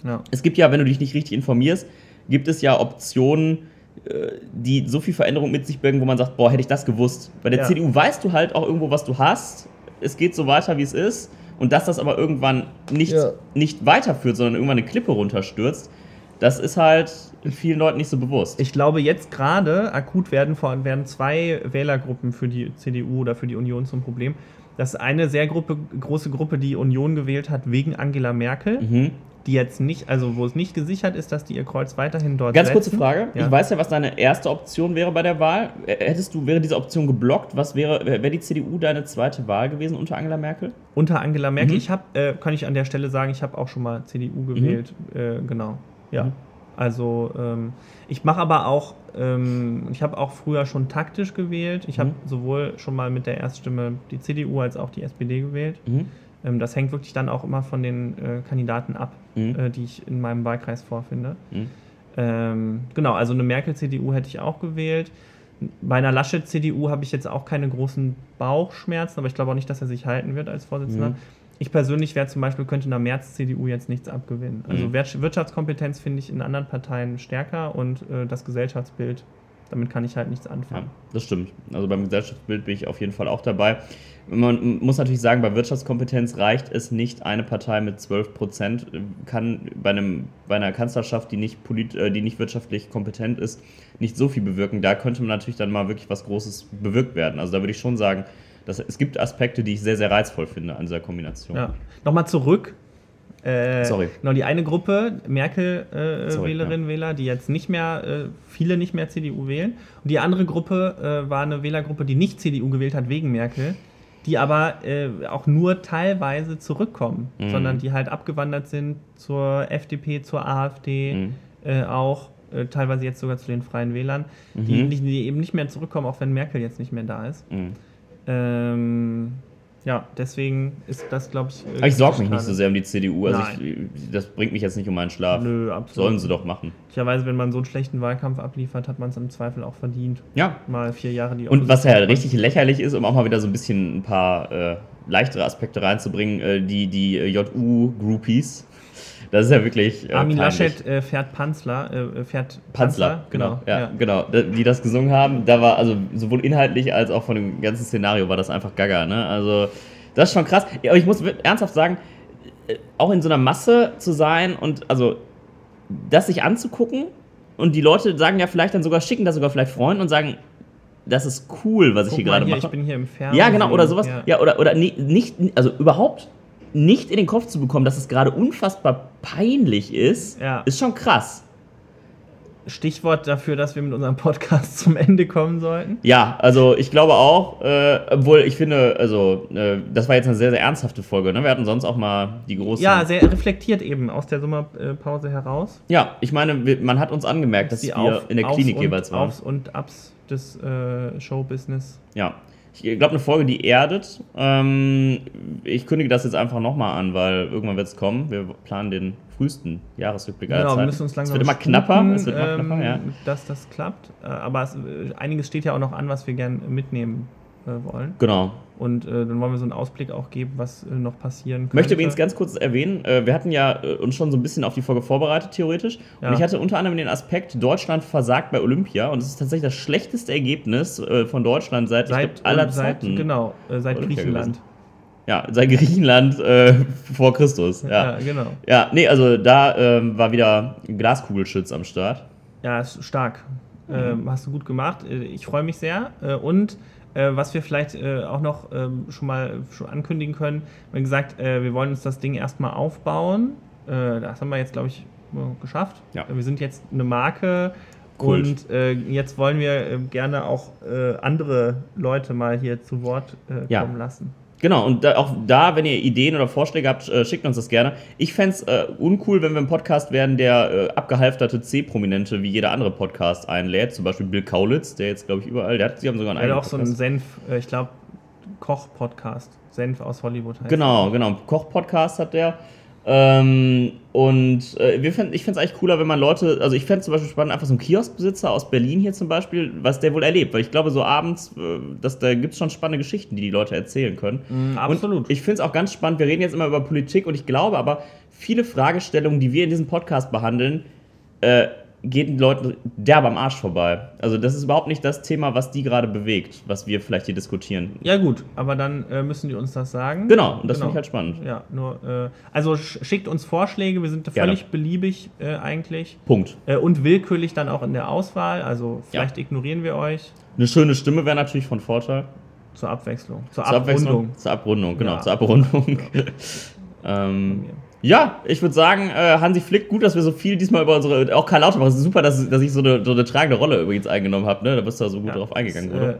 ja. es gibt ja, wenn du dich nicht richtig informierst, gibt es ja Optionen, äh, die so viel Veränderung mit sich bringen, wo man sagt, boah, hätte ich das gewusst. Bei der Ja. CDU weißt du halt auch irgendwo, was du hast. Es geht so weiter, wie es ist. Und dass das aber irgendwann nicht, Ja. nicht weiterführt, sondern irgendwann eine Klippe runterstürzt, das ist halt vielen Leuten nicht so bewusst. Ich glaube, jetzt gerade akut werden, vor- werden zwei Wählergruppen für die CDU oder für die Union zum Problem. Das ist eine sehr Gruppe, große Gruppe, die Union gewählt hat wegen Angela Merkel. mhm. die jetzt nicht, also wo es nicht gesichert ist, dass die ihr Kreuz weiterhin dort Ganz setzen. kurze Frage. Ja. Ich weiß ja, was deine erste Option wäre bei der Wahl. Äh, Hättest du, wäre diese Option geblockt? Was wäre, wäre die CDU deine zweite Wahl gewesen unter Angela Merkel? Unter Angela Merkel. Mhm. Ich habe, äh, kann ich an der Stelle sagen, ich habe auch schon mal CDU gewählt. Äh, genau. Ja. Mhm. Also ähm, ich mache aber auch, ähm, ich habe auch früher schon taktisch gewählt. Ich habe Mhm. sowohl schon mal mit der Erststimme die CDU als auch die SPD gewählt. Mhm. Ähm, das hängt wirklich dann auch immer von den äh, Kandidaten ab, Mhm. äh, die ich in meinem Wahlkreis vorfinde. Mhm. Ähm, genau, also eine Merkel-CDU hätte ich auch gewählt. Bei einer Laschet-CDU habe ich jetzt auch keine großen Bauchschmerzen, aber ich glaube auch nicht, dass er sich halten wird als Vorsitzender. Mhm. Ich persönlich wäre zum Beispiel, könnte einer März-CDU jetzt nichts abgewinnen. Also Mhm. Wirtsch- Wirtschaftskompetenz finde ich in anderen Parteien stärker und äh, das Gesellschaftsbild, damit kann ich halt nichts Ja, anfangen. das stimmt. Also beim Gesellschaftsbild bin ich auf jeden Fall auch dabei. Man muss natürlich sagen, bei Wirtschaftskompetenz reicht es nicht, eine Partei mit 12 Prozent äh, kann bei, einem, bei einer Kanzlerschaft, die nicht, polit, äh, die nicht wirtschaftlich kompetent ist, nicht so viel bewirken. Da könnte man natürlich dann mal wirklich was Großes bewirkt werden. Also da würde ich schon sagen, dass, es gibt Aspekte, die ich sehr, sehr reizvoll finde an dieser Kombination. Ja. Nochmal zurück. Äh, Sorry. Genau, die eine Gruppe, Sorry, Merkel-Wählerinnen, Wähler, die jetzt nicht mehr, äh, viele nicht mehr CDU wählen. Und die andere Gruppe äh, war eine Wählergruppe, die nicht CDU gewählt hat wegen Merkel, die aber äh, auch nur teilweise zurückkommen, Mhm. sondern die halt abgewandert sind zur FDP, zur AfD, Mhm. äh, auch äh, teilweise jetzt sogar zu den Freien Wählern, die, Mhm. nicht, die eben nicht mehr zurückkommen, auch wenn Merkel jetzt nicht mehr da ist. Mhm. Ähm, ja, deswegen ist das, glaube ich. äh, Aber Ah, ich sorge mich kritisch nicht so sehr um die CDU. Also Nein. ich, das bringt mich jetzt nicht um meinen Schlaf. gerade. Nö, absolut. Sollen sie doch machen. Möglicherweise, wenn man so einen schlechten Wahlkampf abliefert, hat man es im Zweifel auch verdient. Ja, Mal vier Jahre die Und was ja Opposition- richtig lächerlich ist, um auch mal wieder so ein bisschen ein paar äh, leichtere Aspekte reinzubringen, äh, die, die äh, JU-Groupies. Das ist ja wirklich. Äh, Armin peinlich. Laschet äh, fährt Panzler, äh, äh, fährt Panzler, genau. ja, genau. Da- Die das gesungen haben, da war also sowohl inhaltlich als auch von dem ganzen Szenario war das einfach gaga, ne? Also, das ist schon krass. Ja, aber ich muss wi- ernsthaft sagen, äh, auch in so einer Masse zu sein und also das sich anzugucken und die Leute sagen ja vielleicht dann sogar, schicken das sogar vielleicht Freunden und sagen, das ist cool, was ich hier Guck mal gerade hier, mache. Ich bin hier im Fernsehen. Ja, genau, oder sowas. Ja, Ja. oder, oder ni- nicht, also überhaupt nicht in den Kopf zu bekommen, dass es gerade unfassbar peinlich ist, Ja. ist schon krass. Stichwort dafür, dass wir mit unserem Podcast [LAUGHS] zum Ende kommen sollten. Ja, also ich glaube auch, äh, obwohl ich finde, also äh, das war jetzt eine sehr, sehr ernsthafte Folge. Ne? Wir hatten sonst auch mal die großen. Ja, sehr reflektiert eben aus der Sommerpause heraus. ja ich meine, wir, man hat uns angemerkt, dass Die wir Auf- in der Aufs Klinik und, jeweils waren. Aufs und Ups des äh, Showbusiness. Ja. Ich glaube, eine Folge, die erdet. Ähm, ich kündige das jetzt einfach nochmal an, weil irgendwann wird es kommen. Wir planen den frühesten Jahresrückblick aller Genau, wir Zeiten. müssen uns langsam es wird immer knapper. sputen, Es wird immer ähm, knapper, ja. dass das klappt. Äh, Aber es, äh, einiges steht ja auch noch an, was wir gerne mitnehmen äh, wollen. Genau. Und äh, dann wollen wir so einen Ausblick auch geben, was äh, noch passieren könnte. Ich möchte übrigens ganz kurz erwähnen, äh, wir hatten ja äh, uns schon so ein bisschen auf die Folge vorbereitet, theoretisch. Ja. Und ich hatte unter anderem den Aspekt, Deutschland versagt bei Olympia. Und es ist tatsächlich das schlechteste Ergebnis äh, von Deutschland seit, ich seit glaub, aller seit, Zeiten. Genau, äh, seit Olympia Griechenland. Ja, seit Griechenland äh, vor Christus. Ja. ja. genau. nee, also da ähm, war wieder Glaskugelschütz am Start. Ja, ist stark. Mhm. Ähm, hast du gut gemacht. Äh, Ich freue mich sehr. Äh, und äh, was wir vielleicht äh, auch noch ähm, schon mal schon ankündigen können, wir haben gesagt, äh, wir wollen uns das Ding erstmal aufbauen. Äh, das haben wir jetzt, glaube ich, äh, geschafft. Ja. Äh, Wir sind jetzt eine Marke. Kult. Und äh, jetzt wollen wir äh, gerne auch äh, andere Leute mal hier zu Wort äh, Ja. kommen lassen. Genau, und da, auch da, wenn ihr Ideen oder Vorschläge habt, äh, schickt uns das gerne. Ich fände es äh, uncool, wenn wir ein Podcast werden, der äh, abgehalfterte C-Prominente wie jeder andere Podcast einlädt. Zum Beispiel Bill Kaulitz, der jetzt, glaube ich, überall, der hat, sie haben sogar einen Oder eigenen auch so einen Podcast. Senf, äh, ich glaube, Koch-Podcast. Senf aus Hollywood heißt Genau, genau, einen Koch-Podcast hat der. Ähm, und äh, wir fänd, ich fände es eigentlich cooler, wenn man Leute, also ich fände zum Beispiel spannend, einfach so einen Kioskbesitzer aus Berlin hier zum Beispiel, was der wohl erlebt. Weil ich glaube, so abends, äh, das, da gibt es schon spannende Geschichten, die die Leute erzählen können. Mm, absolut. Und ich finde es auch ganz spannend, wir reden jetzt immer über Politik und ich glaube aber, viele Fragestellungen, die wir in diesem Podcast behandeln, äh, gehen den Leuten derb am Arsch vorbei. Also das ist überhaupt nicht das Thema, was die gerade bewegt, was wir vielleicht hier diskutieren. Ja, gut, aber dann äh, müssen die uns das sagen. Genau, und das finde ich halt spannend. Ja, nur, äh, also sch- schickt uns Vorschläge, wir sind da Gerne. völlig beliebig äh, eigentlich Punkt. äh, und willkürlich dann auch in der Auswahl. Also vielleicht ignorieren wir euch Eine schöne Stimme wäre natürlich von Vorteil. zur Abwechslung, zur, Zur Abrundung. Abwechslung. Zur Abrundung, genau, Ja. zur Abrundung. [LAUGHS] ähm, ja, ich würde sagen, äh, Hansi Flick, gut, dass wir so viel diesmal über unsere, auch Karl Lauterbach, es ist super, dass, dass ich so eine, so eine tragende Rolle übrigens eingenommen habe, ne? da bist du ja so gut Ja, drauf eingegangen, es, oder? äh,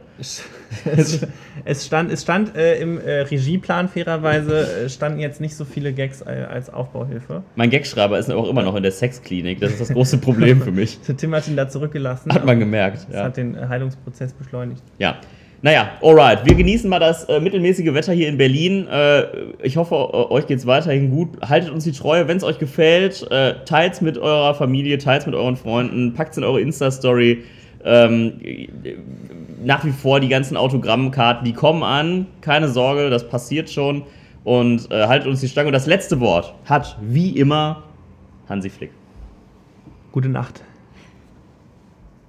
es, es, [LAUGHS] es stand, es stand äh, im äh, Regieplan fairerweise, äh, standen jetzt nicht so viele Gags äh, als Aufbauhilfe. Mein Gagschreiber ist auch immer noch in der Sexklinik. Das ist das große Problem für [LAUGHS] mich. Tim hat ihn da zurückgelassen. Hat man gemerkt. das Ja. hat den äh, Heilungsprozess beschleunigt. ja. Naja, alright. Wir genießen mal das äh, mittelmäßige Wetter hier in Berlin. Äh, ich hoffe, äh, euch geht's weiterhin gut. Haltet uns die Treue, wenn es euch gefällt. Äh, teilt's mit eurer Familie, teilt's mit euren Freunden, packt's in eure Insta-Story. Ähm, äh, nach wie vor die ganzen Autogrammkarten, die kommen an. Keine Sorge, das passiert schon. Und äh, haltet uns die Stange. Und das letzte Wort hat wie immer Hansi Flick. Gute Nacht.